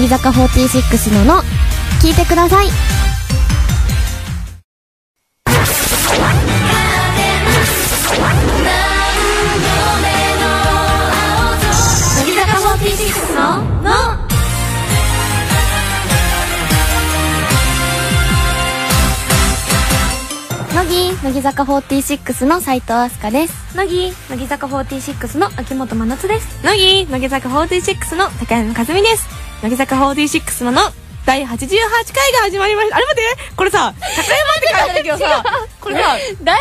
り坂46のの聞いてください乃木坂46のの乃木乃木坂46の斉藤飛鳥です乃木乃木坂46の秋元真夏です乃木乃木坂46の高山和美です乃木坂46のの第88回が始まりましたあれ待ってこれさ高山って書いてあるけどさこれさ台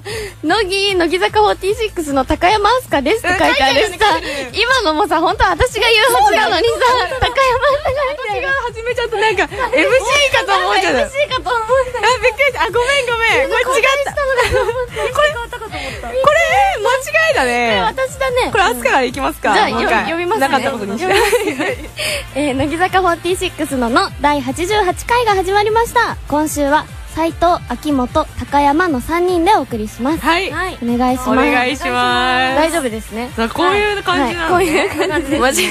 本にさ「乃木乃木坂46の高山飛鳥です」って書いてあるしさうん書いてあるよね書いて今のもさ本当は私が言うはずなのにさ高山私が始めちゃってなんか MC かと思っちゃったあ MC かと思うんだびっくりしたあごめんごめんこれ違ったこれこれ間違いだね私だねこれアスカからいきますかじゃあもう一回よ呼びますねなかったことにし呼てび えー乃木坂46のの第88回が始まりました今週は斉藤秋元高山の3人でお送りしますはいお願いしますお願いします大丈夫ですねさあこういう感じなのはいはいこういう感じです マジ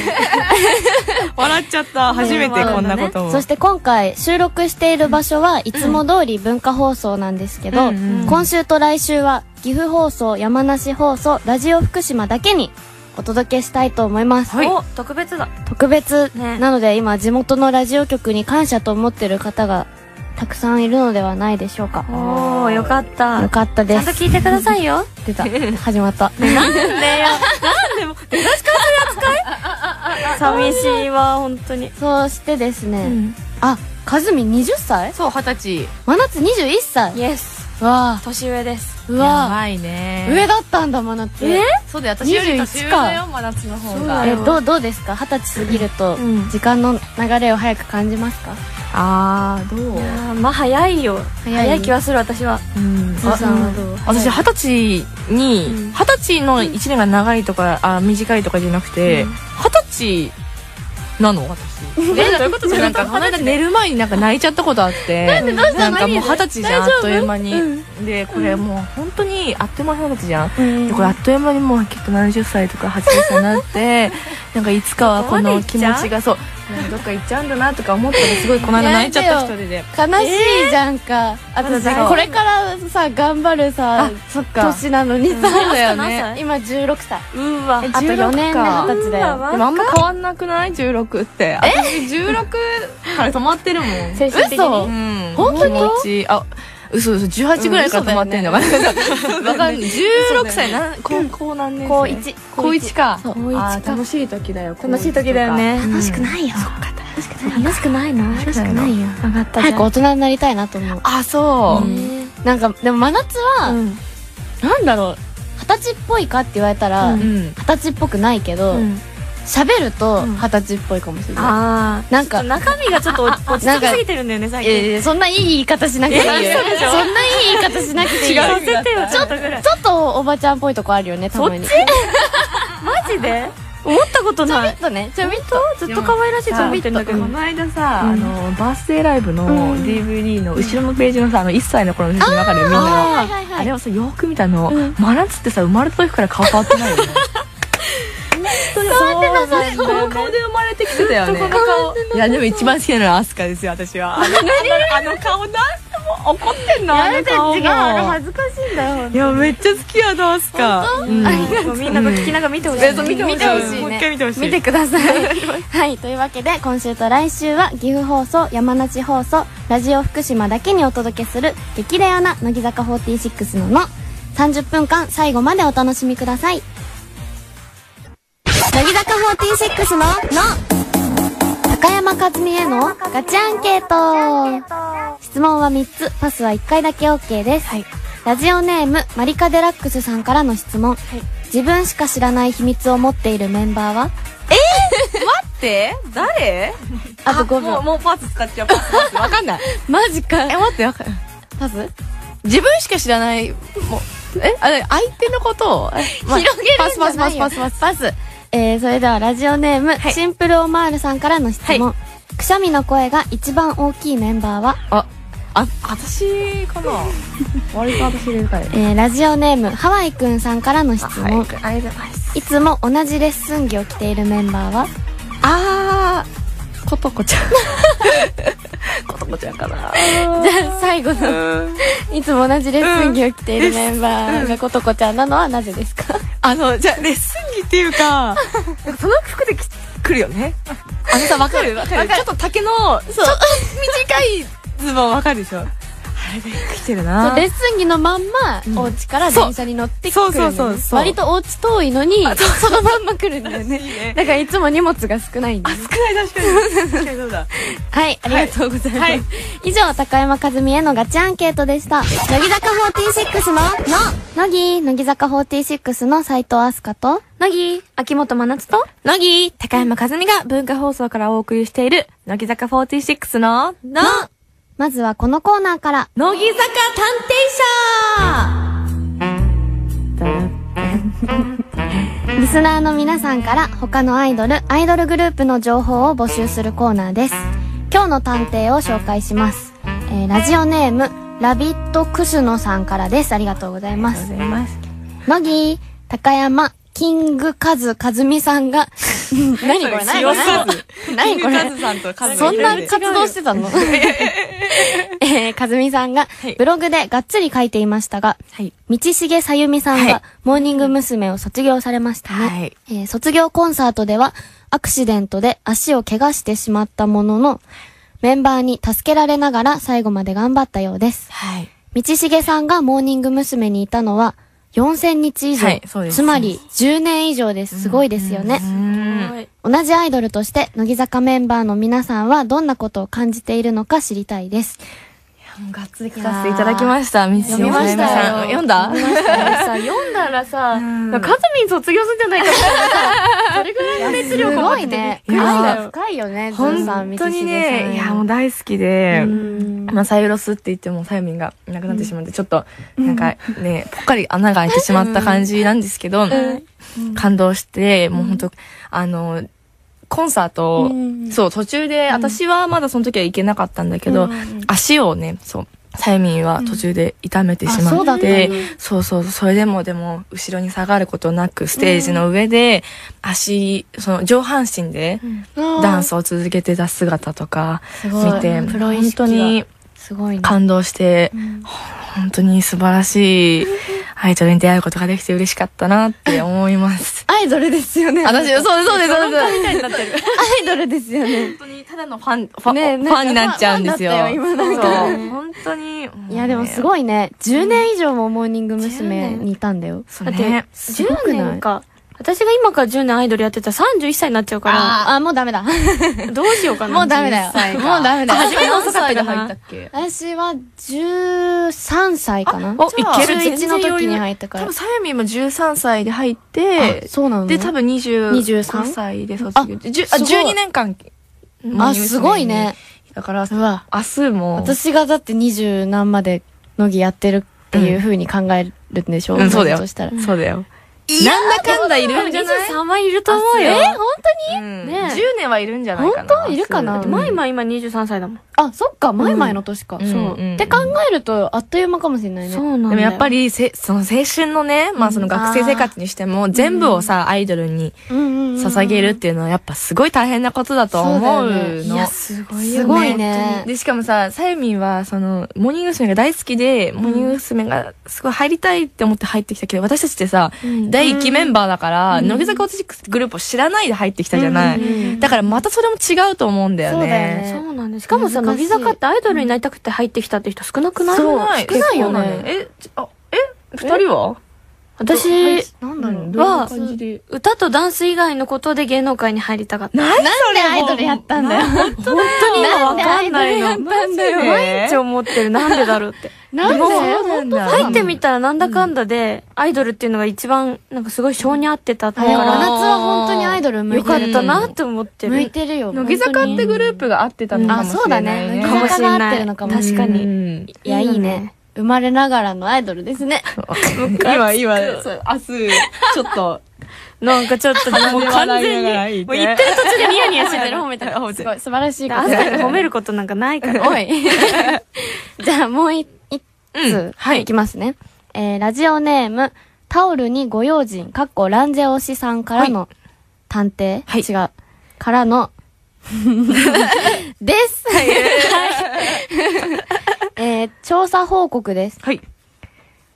笑っちゃった初めてこんなことをそして今回収録している場所はいつも通り文化放送なんですけど、うんうんうん今週と来週は岐阜放送山梨放送ラジオ福島だけにお届けしたいと思います、はいお特別だ特別、ねなので今地元のラジオ局に感謝と思ってる方がたくさんいるのではないでしょうかおーよかったよかったちでゃんとす聞いてくださいよ出た始まったなんで よなんでも出だしから の扱い寂しいわ本当にそしてですね、んあかずみ20歳そう二十歳真夏21歳イエスわあ年上ですうやわあばいね上だったんだ真夏そうだよ私より年上だよ真夏の方がえどうどうですか二十歳過ぎるとうん時間の流れを早く感じますか、あーどいうやーまあ早いよ早い早い気はする私はうんつーさんはどう私二十歳にうん二十歳の一年が長いとかあ短いとかじゃなくて二十歳なの私 えどういうことなんかこの間寝る前になんか泣いちゃったことあってなんどうしたのかもう二十歳じゃん大丈夫あっという間にうでこれもう本当にあっという間に二十歳じゃんうんでこれあっという間にもうきっと70歳とか80歳になって なんかいつかはこの気持ちがそうなんかどっか行っちゃうんだなとか思ったらすごいこの間泣いちゃった一人で悲しいじゃんか、あとあとこれからさ頑張るさそっ年なのにさ、そうだよ何ね歳今16歳うわえあと16 4年かか二十歳だようわでもあんま変わんなくない16って私16から止まってるもん精神的にううん本当に気持ちあ嘘嘘18ぐらいから止まってんのかな、わかんない16歳な高校何年生高一高一かそう高一あーか楽しい時だよ楽しい時だよね楽しくないよ楽しかった楽しくないな楽しくないよ上がったじ早ゃんく大人になりたいなと思うあそう、ねなんかでも真夏は、うんなんだろう二十歳っぽいかって言われたら、う二んうん十歳っぽくないけどうん喋、るとうん二十歳っぽいかもしれない、あなんあか中身がちょっと落ち着きすぎてるんだよね最いや近いやそんないい言い方しなくていいよ、え嘘でしょそんないい言い方しなくていい よ違うさせてよちょっとぐらいちょっとおばちゃんっぽいとこあるよねたまにちマジで思ったことょびないっとねちょびっとずっと可愛らしいとさ思あってこんだけどの間さ、うんあのバースデーライブのうん DVD の後ろのページのさあの1歳の頃の写真わかるよみんながいはいあれをさよく見たの、うん真夏ってさ生まれた時から顔変わってないよね触ってなさいこの顔で生まれてきてたよねずっとこの顔いやでも一番好きなのはアスカですよ私 はあのあのあの顔なんでも怒ってんのあの顔もずかしいんだよいやめっちゃ好きやなアスカうんみんなが聞きながら見てほしい、そう見てほしい見てほしいねもう一回見てほしい見てくださいはいというわけで今週と来週は岐阜放送山梨放送ラジオ福島だけにお届けする「激レアな乃木坂46のの」30分間最後までお楽しみください乃木坂46の「の」高山和美へのガチアンケート質問は3つパスは1回だけ OK です、ラジオネームマリカ・デラックスさんからの質問、自分しか知らない秘密を持っているメンバーはって誰あと5もう秒もうパス使っちゃうパスパスわかんないマジか え待ってわかんないパス自分しか知らないもうえあれ相手のことを、えまあ広げるんじゃないよパスパスパスパスパスえー、それではラジオネーム、シンプルオマールさんからの質問、くしゃみの声が一番大きいメンバーは、ああ私かな割と私でかいえー、ラジオネームハワイくんさんからの質問、はいい、ありがとうございますつも同じレッスン着を着ているメンバーはあーコトコちゃんコトコちゃんか なじゃあ最後の、うんいつも同じレッスン着を着ているメンバーがことこちゃんなのはなぜですかあのじゃあレッスン着っていうかなんかその服でき来るよねあのさわかるわかるちょっと丈のちょっと短 いズボンわかるでしょあれで来てるなそうレッスン着のまんんま、お家から電車に乗ってくそるうんだよねそうそうそう割とお家遠いのに、そのまんま来るんだよね。いいねだから いつも荷物が少ないんであす。少ない確かに確かにそうだはい、ありがとうございます。はい以上、高山和美へのガチアンケートでした。乃木坂46の、の、乃木、乃木坂46の斉藤飛鳥と、乃木、秋元真夏と、乃木高山和美が文化放送からお送りしている乃木坂46ののまずはこのコーナーから、乃木坂探リスナーの皆さんから他のアイドル、アイドルグループの情報を募集するコーナーです。今日の探偵を紹介します。えーラジオネーム、ラビットクスノさんからです。ありがとうございま偵者す。ございます乃木、高山、キングカズ、カズミさん が、何これ何これ何これキングカズさんとカズそんな活動して たのえー、かずみさんがい、ブログでがっつり書いていましたが、はい道重さゆみさんはがい、モーニング娘。を卒業されましたね。はいえー卒業コンサートでは、アクシデントで足を怪我してしまったものの、メンバーに助けられながら最後まで頑張ったようです。はい道重さんがモーニング娘。にいたのは、4000日以上、はいそうですつまり10年以上です。すごいですよね。うん同じアイドルとして乃木坂メンバーの皆さんはどんなことを感じているのか知りたいです。がっつり聞聞かせていただきました道読みましたよ読んだ読みましたよさ読んだらさ、んなんかカズミン卒業するんじゃないかと思った。それぐらいの熱量すがご湧いいねて。愛て。が深いよね、ズンさん、本み当つにしねいやもうう大好きでんまあ、サイウロスって言ってもサイミンがいなくなってしまって、ちょっと、なんかね、ぽっかり穴が開いてしまった感じなんですけど、感動して、もう本当、あの、コンサートを、うんそう、途中で、私はまだその時は行けなかったんだけど、足をね、そう、サイミンは途中で痛めてしあそうだまっったのて、そうそうそれでもでも、後ろに下がることなく、ステージの上で、足、その上半身で、ダンススを続けてた姿とか、すごい見て、プロ意本識が当に、すごいね。感動して、ん本当に素晴らしいアイドルに出会うことができて嬉しかったなって思います。アイドルですよね。 私、そうです、そうです、そうです。 アイドルですよね。本当にただのファン、ファ,、ねえなんフかァンになっちゃうんですよ。ファンだったよ今なんかそう、本当に。 いや、でもすい。ごいね。10年以上もモーニング娘。にいたんだよ。そうだってね、。すご10くない年か。私が今から10年アイドルやってたら31歳になっちゃうかあ、もうダメだ。ら、どうしようか な。もうダメだよ。もうダメだよ。初めて遅かったよ入っなたっ。け私は13歳かな。お、いける11の時に入ったか多ら分、。さやみも13歳で入っあて、そうなので、多分25 23歳で卒業。じゅあ、すごい12年間。あ、すごいね。。だから、うわ。明日も。私がだって20何まで乃木やってるっていう風に考えるんでしょうん、そうだよ。としたら。そうだよ。なんだかんだいるんじゃない23はいると思うよ。ええ本うんねえ10年はいるんじゃないかな。本当いるかなそうマイマイ今23歳だもん。当にあ、そっか、前々の年か。うんそううんうんうんって考えると、あっという間かもしれないね。うなんでもやっぱ、りせ、その青春のね、まあその学生生活にしても、全部をさ、アイドルにうんうんうん捧げるっていうのはやっぱすごい大変なことだと思そううだよねいの。やすごすごいね。で、しかもさ、さゆみんは、その、モーニング娘。が大好きで、モーニング娘。がすごい入りたいって思って入ってきたけど、私たちってさ、第一期メンバーだから、乃木坂46グループを知らないで入ってきたじゃない。だからまたそれも違うと思うんだよね。そうだよねそうなんです。しかもさ、難乃しい木坂ってアイドルになりたくて入ってきたって人少なくないそう少ないよねえ、ちあ、え、二人は私、なんだろう。は、どういう感じで歌とダンス以外のことで芸能界に入りたかった。なんなんでアイドルやったんだよ。本当に今わかんないの。なんだ毎日思ってる。なんでだろうって。なんもでなんだ入ってみたらなんだかんだで、アイドルっていうのが一番、なんかすごい性に合ってたかあでも真夏ら、は本当にアイドル向いよかてっる。たなって思って向いる。てるよ。乃木坂ってグループが合ってたのかあ、もしそうれだなね。い、乃ね。木かもし坂れがない合ってるのかもしれない。確かにうんいや、いいね。生まれながらのアイドルですね。今、今、そう明日、ちょっと、なんかちょっと、もう完全に、もう言ってる途中でニヤニヤしててる、褒めた。褒めすてごい、素晴らしいこ あとん。たが褒めることなんかない から。おい。 じゃあ、もうい、いつ、はいいきますね。えー、ラジオネーム、タオルにご用心、かっこランジェ推しさんからの探偵、はい 違う。からのです。 えー調査報告です。はい。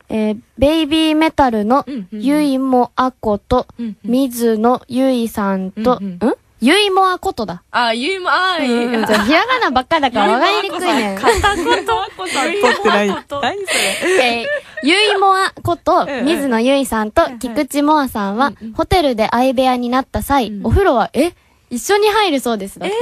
えーベイビーメタルのうんうんゆいもあこと、うんうん水野ゆいさんと、うんんゆいもあことだ。あ、ゆいも、あうんー、いい。じゃあひらがなばっかりだからわかりにくいね。片言取ってない。何それえーゆいもあこと、うんうん水野ゆいさんとい菊池もあさんはうんうん、ホテルで相部屋になった際、うんお風呂は、え一緒に入るそうです。だって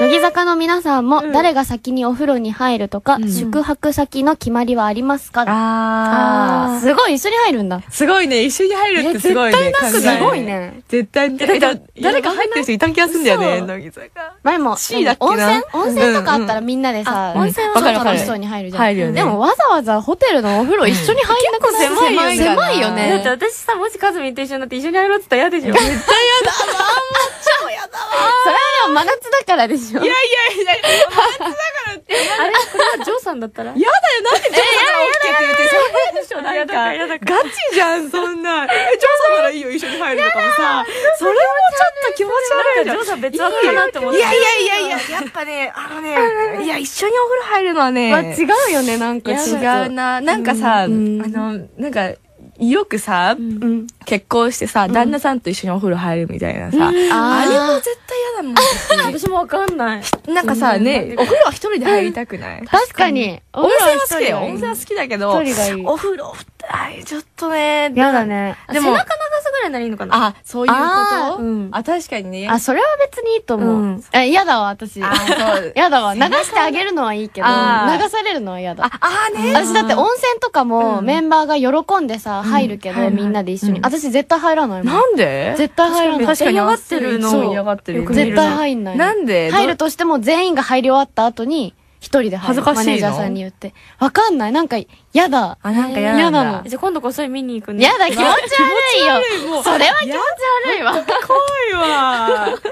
乃木坂の皆さんも、うん誰が先にお風呂に入るとか、うん宿泊先の決まりはありますかああーすごい、一緒に入るんだ。ー。すごいね。一緒に入るってすごいね。え絶対なくないすごいね。絶対に。えだ誰か入ってる人いた気がするんだよね、嘘乃木坂。前も、 C だっけ温な泉温泉とかあったらみんなでさ、うんうんあ温泉はちょっとわかるわか楽るしそうに入るじゃん。入るよねでもわざわざホテルのお風呂一緒に入んなくないうん結構狭いよね狭いよだってね。私さ、もしカズミンと一緒になって一緒に入ろうって言ったら嫌でしょ。絶対それはでも真夏だからでしょ。いやいや、 あれこれはジョーさんだったらやだよ、なんでジョーさんが OK ってでしょ、嫌だから嫌だか言って。ガチじゃん、そんな。え、ジョーさんならいいよ、一緒に入るとかもさ。それもちょっと気持ち悪いら。じジゃんョー。さん別枠かなって思っいて。やいやいやいや、やっぱね、あのね、いや、一緒にお風呂入るのはね、まあ違うよね、なんか違う違う。な。なんかさ、あうんの、なんか、よくさ、うん。結婚してさ、旦那さんと一緒にお風呂入るみたいなさ、あれも絶対嫌だもん私もわかんない。 なんかさ、ね、お風呂は一人で入りたくない確かに。温泉は好きだよ。お風温泉呂はは好きだけど、一人がいいお風呂二人、ちょっとね、嫌だ。ね。ででもも、背中流すぐらいならいいのかなあ、そういうこあとーうんあ、確かにね。あ、それは別にいいとう。思うんえ、嫌だわ、私。あそう。嫌だわ。流してあげるのはいいけど、流あーされるのは嫌だ。あ、あーね。私だって温泉とかもうんメンバーが喜んでさ、入るけはいど、はいみんなで一緒に。うん私絶対入らないもん。なんで絶対入らない。確かに嫌がってるのそう嫌がってる。よく見絶る対入んない。なんで入るとしても全員が入り終わった後に、一人で入る。恥ずかしいのマネージャーさんに言って。わかんない。なんか、嫌だ。あ、なんか嫌嫌なんだ。なのじゃあ今度こっそり見に行くね。嫌だ、気持ち悪いよ。それは気持ち悪いわ。怖いわ。 どう、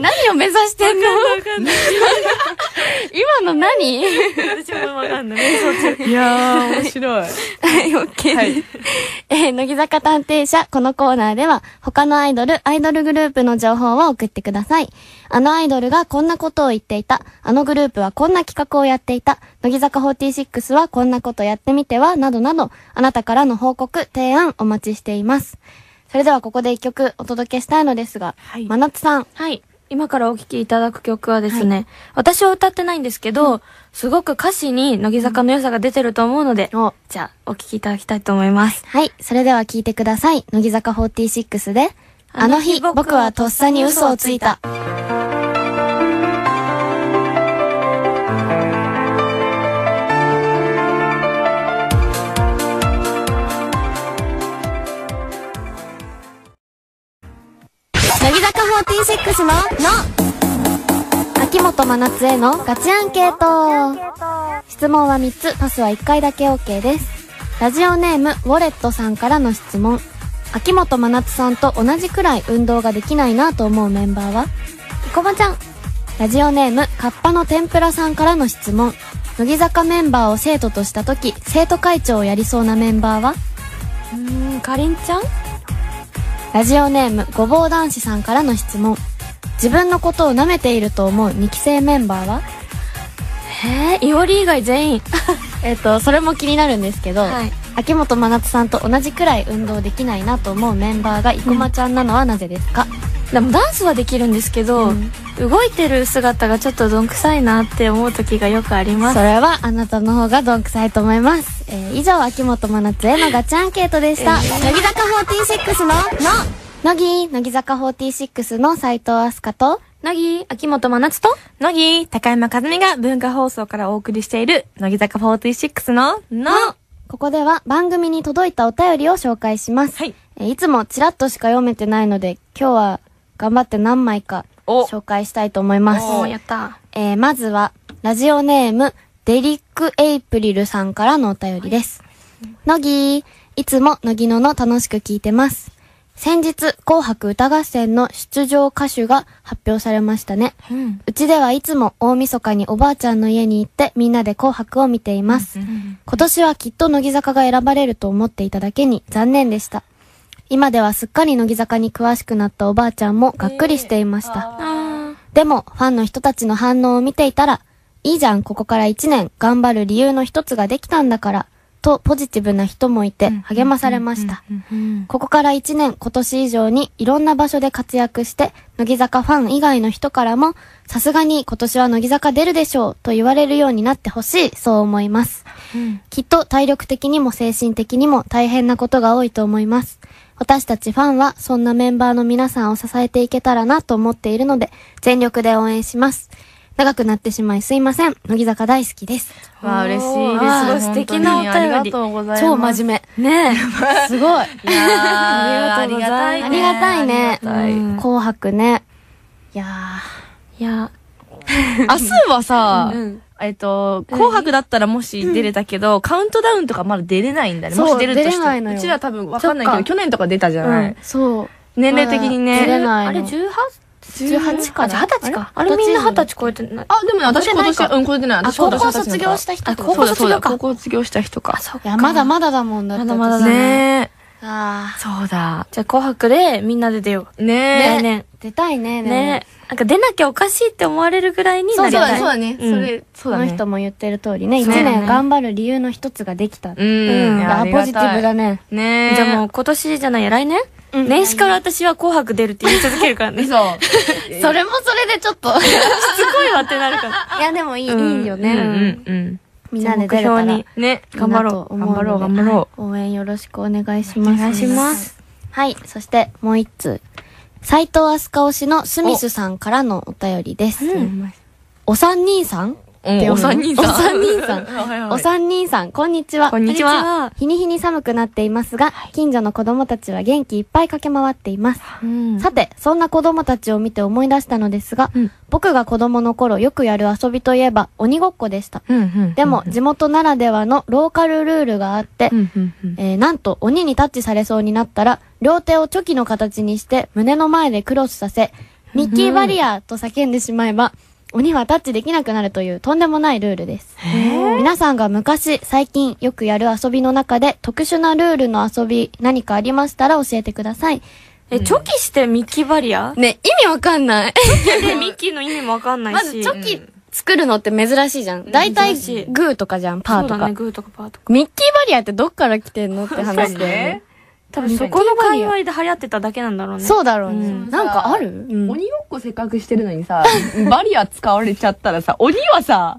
何を目指してんのわかんない。今の何私もわかんない。瞑想中。いやー、面白い。はい、OK はい。えー乃木坂探偵社、このコーナーでは、他のアイドル、アイドルグループの情報を送ってください。あのアイドルがこんなことを言っていた、あのグループはこんな企画をやっていた、乃木坂46はこんなことやってみては、などなど、あなたからの報告、提案お待ちしています。それではここで一曲お届けしたいのですが、はい真夏さん。 はい。今からお聴きいただく曲はですね、私は歌ってないんですけど、すごく歌詞に乃木坂の良さが出てると思うので、おじゃあお聴きいただきたいと思います。はい、それでは聞いてください。乃木坂46で、あの日僕はとっさに嘘をついた。乃木坂46の、の秋元真夏へのガチアンケート質問は3つ、パスは1回だけ OK です。ラジオネーム、ウォレットさんからの質問。秋元真夏さんと同じくらい運動ができないなと思うメンバーはこまちゃん。ラジオネーム、カッパの天ぷらさんからの質問。乃木坂メンバーを生徒としたとき、生徒会長をやりそうなメンバーはうーん、かりんちゃんラジオネームごぼう男子さんからの質問自分のことを舐めていると思う2期生メンバーはえー、いおり以外全員。えっ、とそれも気になるんですけど、はい秋元真夏さんと同じくらい運動できないなと思うメンバーが生駒ちゃんなのはなぜですか、でもダンスはできるんですけど、うん動いてる姿がちょっとどんくさいなって思う時がよくありまそす。れはあなたの方がどんくさいと思います、えー以上秋元真夏へのガチアンケートでした、乃木坂46の「の」乃木乃木坂46の斉藤飛鳥となぎ、秋元真夏と、乃木、高山和美が文化放送からお送りしている、乃木坂46の、の、ここでは番組に届いたお便りを紹介します。はいえーいつもチラッとしか読めてないので、今日は頑張って何枚かお紹介したいと思います。おやった。えーまずは、ラジオネーム、デリック・エイプリルさんからのお便りです。乃木いつも乃木のの楽しく聞いてます。先日、紅白歌合戦の出場歌手が発表されましたね。うん。うちではいつも大晦日におばあちゃんの家に行ってみんなで紅白を見ています。今年はきっと乃木坂が選ばれると思っていただけに残念でした。今ではすっかり乃木坂に詳しくなったおばあちゃんもがっくりしていました。あでも、ファンの人たちの反応を見ていたら、いいじゃん、ここから1年頑張る理由の一つができたんだから、とポジティブな人もいてうん励まされました。うんうんうん。ここから1年、今年以上にいろんな場所で活躍して、乃木坂ファン以外の人からも、さすがに今年は乃木坂出るでしょうと言われるようになってほしい、そう思います。きっと体力的にも精神的にも大変なことが多いと思います。私たちファンはそんなメンバーの皆さんを支えていけたらなと思っているので、全力で応援します。長くなってしまいすいません。乃木坂大好きです。まあ嬉しいです。あー本当に素敵なお便りありがとうございます。超真面ね目。 すごい。目。いやーありがたいね。ありがたいね。ありがうん紅白ね。いやえ。いや、たい明日はさ、うんえっと、紅白だったらもし出れたけど、カウントダウンとかまだ出れないんだね。そうもし出るとして出れないのも。ようちら多分わかんないけそっかど、去年とか出たじゃない。ー。そう。年齢的に出れないね。のあれ 18? 18かなあ20歳か。ああれれみんな20歳超えてない。あ、でもね、私今出てないか年、うん、これ出ない。私高今年校二十歳卒だから業した人ってあこ高と校そうだそうだ卒業か高校卒業した人か。そういや、まだまだだもんだってまだまだだ私ねえ。あそうだ。じゃあ紅白でみんなで出よう。ね来え。年。ー出たいね。でもねなんか出なきゃおかしいって思われるぐらいにそなうりだたね、い。そうだね。そうんれ、そこうだのね。人も言ってる通りね、一そうだね年頑張る理由の一つができた。うん。いんいややポジティブだ。ね。ありがたいねえ。じゃあもう今年じゃないや、来年、うん年始から私は紅白出るって言い続けるから ね。す嘘。それもそれでちょっと。ごいわってなるから。いや、でもいい、うんいいようんうね。んうん。みんなで出れたら目標にね。頑張ろう。頑張ろう、頑張ろう。応援よろしくお願いします。お願いします。はい。そして、もう一通。斎藤飛鳥推しのスミスさんからのお便りです。う。お三人さんうんって読むお三人さん。お三人さんはいはいお三人さん、こんにちは。こんにちは。日に日に寒くなっていますが、近所の子供たちは元気いっぱい駆け回っています。うんさて、そんな子供たちを見て思い出したのですが、うん僕が子供の頃よくやる遊びといえば鬼ごっこでした。うんうんでも、地元ならではのローカルルールがあって、うんうんうんえーなんと鬼にタッチされそうになったら、両手をチョキの形にして胸の前でクロスさせ、ミッキーバリアーと叫んでしまえば、鬼はタッチできなくなるというとんでもないルールです。皆さんが昔、最近よくやる遊びの中で特殊なルールの遊び何かありましたら教えてください。え、チョキしてミッキーバリアね、意味わかんない。で、ミッキーの意味もわかんないまずし。チョキ作るのって珍しいじゃん。だいたいグーとかじゃん、パーそうとだか。ね、グーとかパーとか。ミッキーバリアーってどっから来てんのって話だよね。多分そこの界隈で流行ってただけなんだろうね。そうだろうね。うんなんかある、うん鬼ごっこせっかくしてるのにさ、バリア使われちゃったらさ、鬼はさ、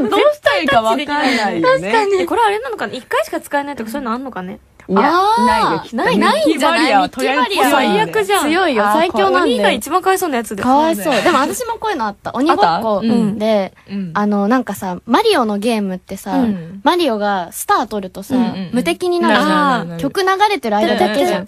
もうどうしたらいいかわかんない よね。えこれあれなのかな一回しか使えないとかそういうのあんのかねいやあーないよ。ないないんじゃないミッキーバリアはとりあえずミッキーバリア最悪じゃん。強いよあー最強なん鬼がで一番かわいそうなやつで。かわいそうそうだよでも私もこういうのあった鬼ごっあこったうんでうんあのなんかさマリオのゲームってさ、うんマリオがスター取るとさ、うんうんうん無敵になるじゃんなるなるなる曲流れてる間だけじゃん、うん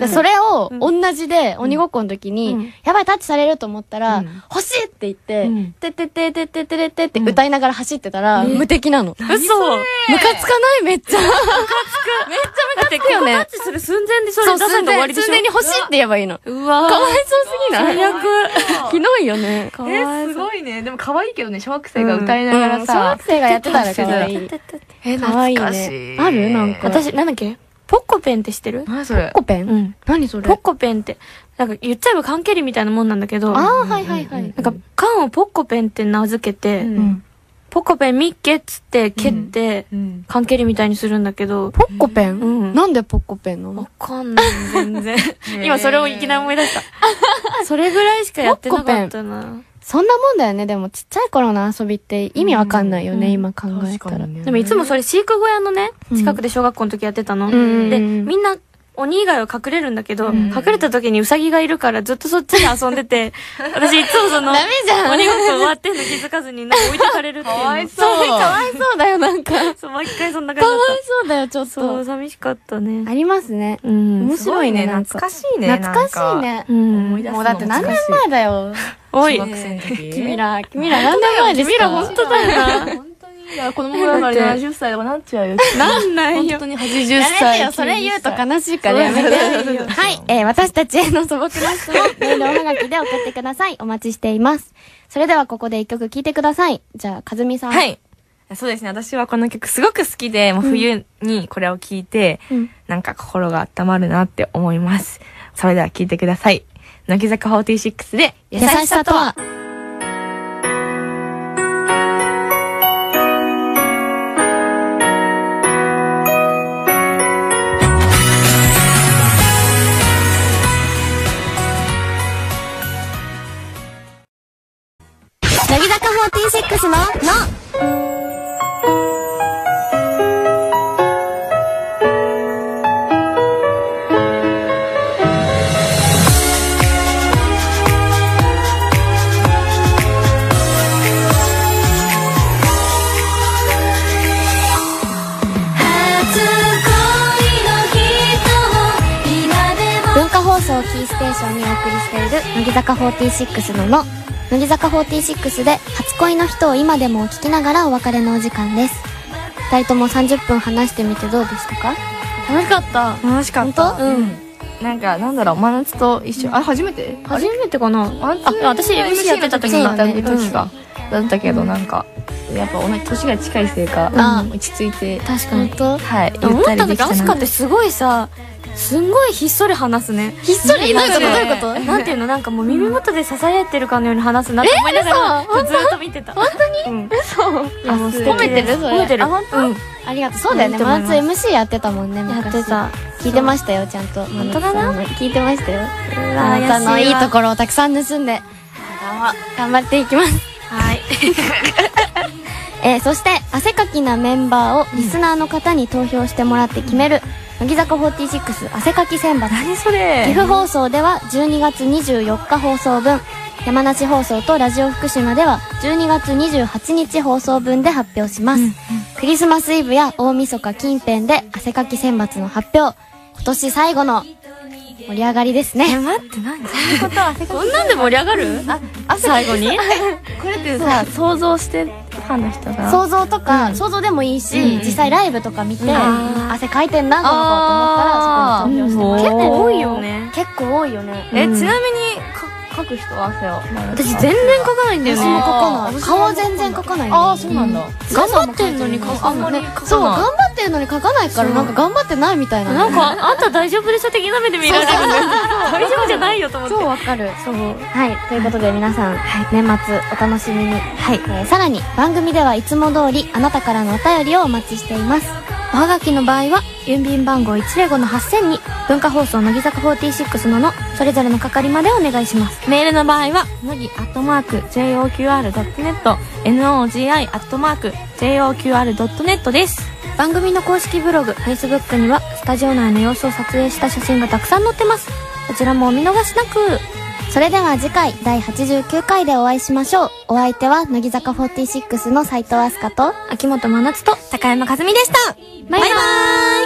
でそれをうん同じで鬼ごっこの時に、うんやばいタッチされると思ったら、うん欲しいって言って、うんてってってってってってってって歌いながら走ってたら、無敵なの。嘘それムカつかないめっちゃ。めっちゃムカつくよね。だってここタッチする寸前でそれそう、出さ寸んと終わ前、りでし寸ょ前に欲しいって言えばいいの。うわかわーいそうすぎない最悪。ひどいよね。かえ、すい。ごいね。でも可愛いけどね、小学生が歌いながら小さ学。生がやってたら可愛い。え、可愛い懐かしねい。。あるなんか。私、なんだっけポッコペンって知ってる何それポッコペンん。何それポッコペンって、なんか言っちゃえば缶蹴りみたいなもんなんだけど、あなあ、はいはいはい。んか缶をポッコペンって名付けて、うんうんポッコペンミッケっつって蹴って、うん缶蹴りみたいにするんだけど、ポッコペン、うんなんでポッコペンなのわかんない、全然。今それをいきなり思い出した。それぐらいしかやってなかったな。そんなもんだよね。でもちっちゃい頃の遊びって意味わかんないよね、うん今考えたら。でもいつもそれ飼育小屋のね、近くで小学校の時やってたの。んで、みんな、鬼以外は隠れるんだけど、うん隠れた時にウサギがいるからずっとそっちで遊ん でて、私いつもその、ダメじゃん鬼ごっこ終わってんの気づかずになんか置いてかれるっていうの。かわいそそう。かわいそうだよ、なんか。かわいうそう、毎回そんな感じだっ。そうだよ、ちょったそう、と。寂しかったね。ありますね。うん。面白いね、なんか。懐かしいね。懐かしいね。うん思い出すのもうだって何年前だよ。おい小、学生の時。君ら、君ら何年前ですか君ら本当だよ本な。当に。いや、子供ぐらいまで70歳とかなっちゃうよ。なんないよ本当。に80や歳。めてよ、それ言うと悲しいからやめて。はい、えー、私たちへの素朴な質問、メールおはがきで送ってください。お待ちしています。それではここで一曲聴いてください。じゃあ、かずみさん。は。い。そうですね。私はこの曲すごく好きで、もう冬にこれを聴いて、うんなんか心が温まるなって思います。それでは聴いてください。乃木坂46で、優しさとは、乃木坂46の、の文化放送をキーステーションにお送りしている乃木坂46のの乃木坂46で初恋の人を今でもお聞きながらお別れのお時間です2人とも30分話してみてどうでしたか楽しかった。楽しかった本当うんなんかなんだろう真夏と一緒あれ初めて初めてかなああ、私 MC やってた時にに行っ行ったたね。時か、だったけどなんかやっぱ同じ年が近いせいか、あ落ち着いて確か本に当はい思ゆっったたりでき時たアスカっなてすごいさすんごいひっそり話すねひっそりどういうことどういうことえなんていうのなんかもう耳元でささやってるかのように話すなって思いながらずっと見てた本当にいやもう素敵褒めてるそれ褒めてるあ本当、うんありがとうそうだよねいいと思い真ま夏す MC やってたもんねやっ昔てた聞いてましたよちゃんと本当だな真夏さんの聞いてましたよあわなたの怪しいいいわところをたくさん盗んで頑張っていきますはい えーそして汗かきなメンバーをリスナーの方に投票してもらって決める、乃木坂46汗かき選抜何そ岐れ阜放送では12月24日放送分山梨放送とラジオ福島では12月28日放送分で発表します、クリスマスイブや大晦日近辺で汗かき選抜の発表今年最後の盛り上がりですねえ待って何そういうことはこんなんで盛り上がる最後にこれってさ想像してファンの人が想像とか、想像でもいいし、実際ライブとか見て、ん汗かいてんなこの子と思ったらそこに投票してもらう結構多いよね結構多いよねえ、うんちなみにか書く人は汗を私全然書かないんだよ私ねも書かなあいー顔全然描かないあよあねそうなんだ、頑張ってんのに書かないあんまりそう書か頑ない張ってるのに描かないからなんか頑張ってないみたいななんかあんた大丈夫でしょ的な目で見られるそう大丈夫じゃないよと思ってそうわかるそうはいということで皆さん、年末お楽しみに、はいえーさらに番組ではいつも通りあなたからのお便りをお待ちしていますおはがきの場合は郵便番号105の8000に文化放送乃木坂46ののそれぞれの係までお願いしますメールの場合は、のぎアットマーク、joqr.net、nogi アットマーク、joqr.net です。番組の公式ブログ Facebook にはスタジオ内の様子を撮影した写真がたくさん載ってますこちらもお見逃しなくそれでは次回第89回でお会いしましょうお相手は乃木坂46の斉藤飛鳥と秋元真夏と高山和美でした。バイバーイ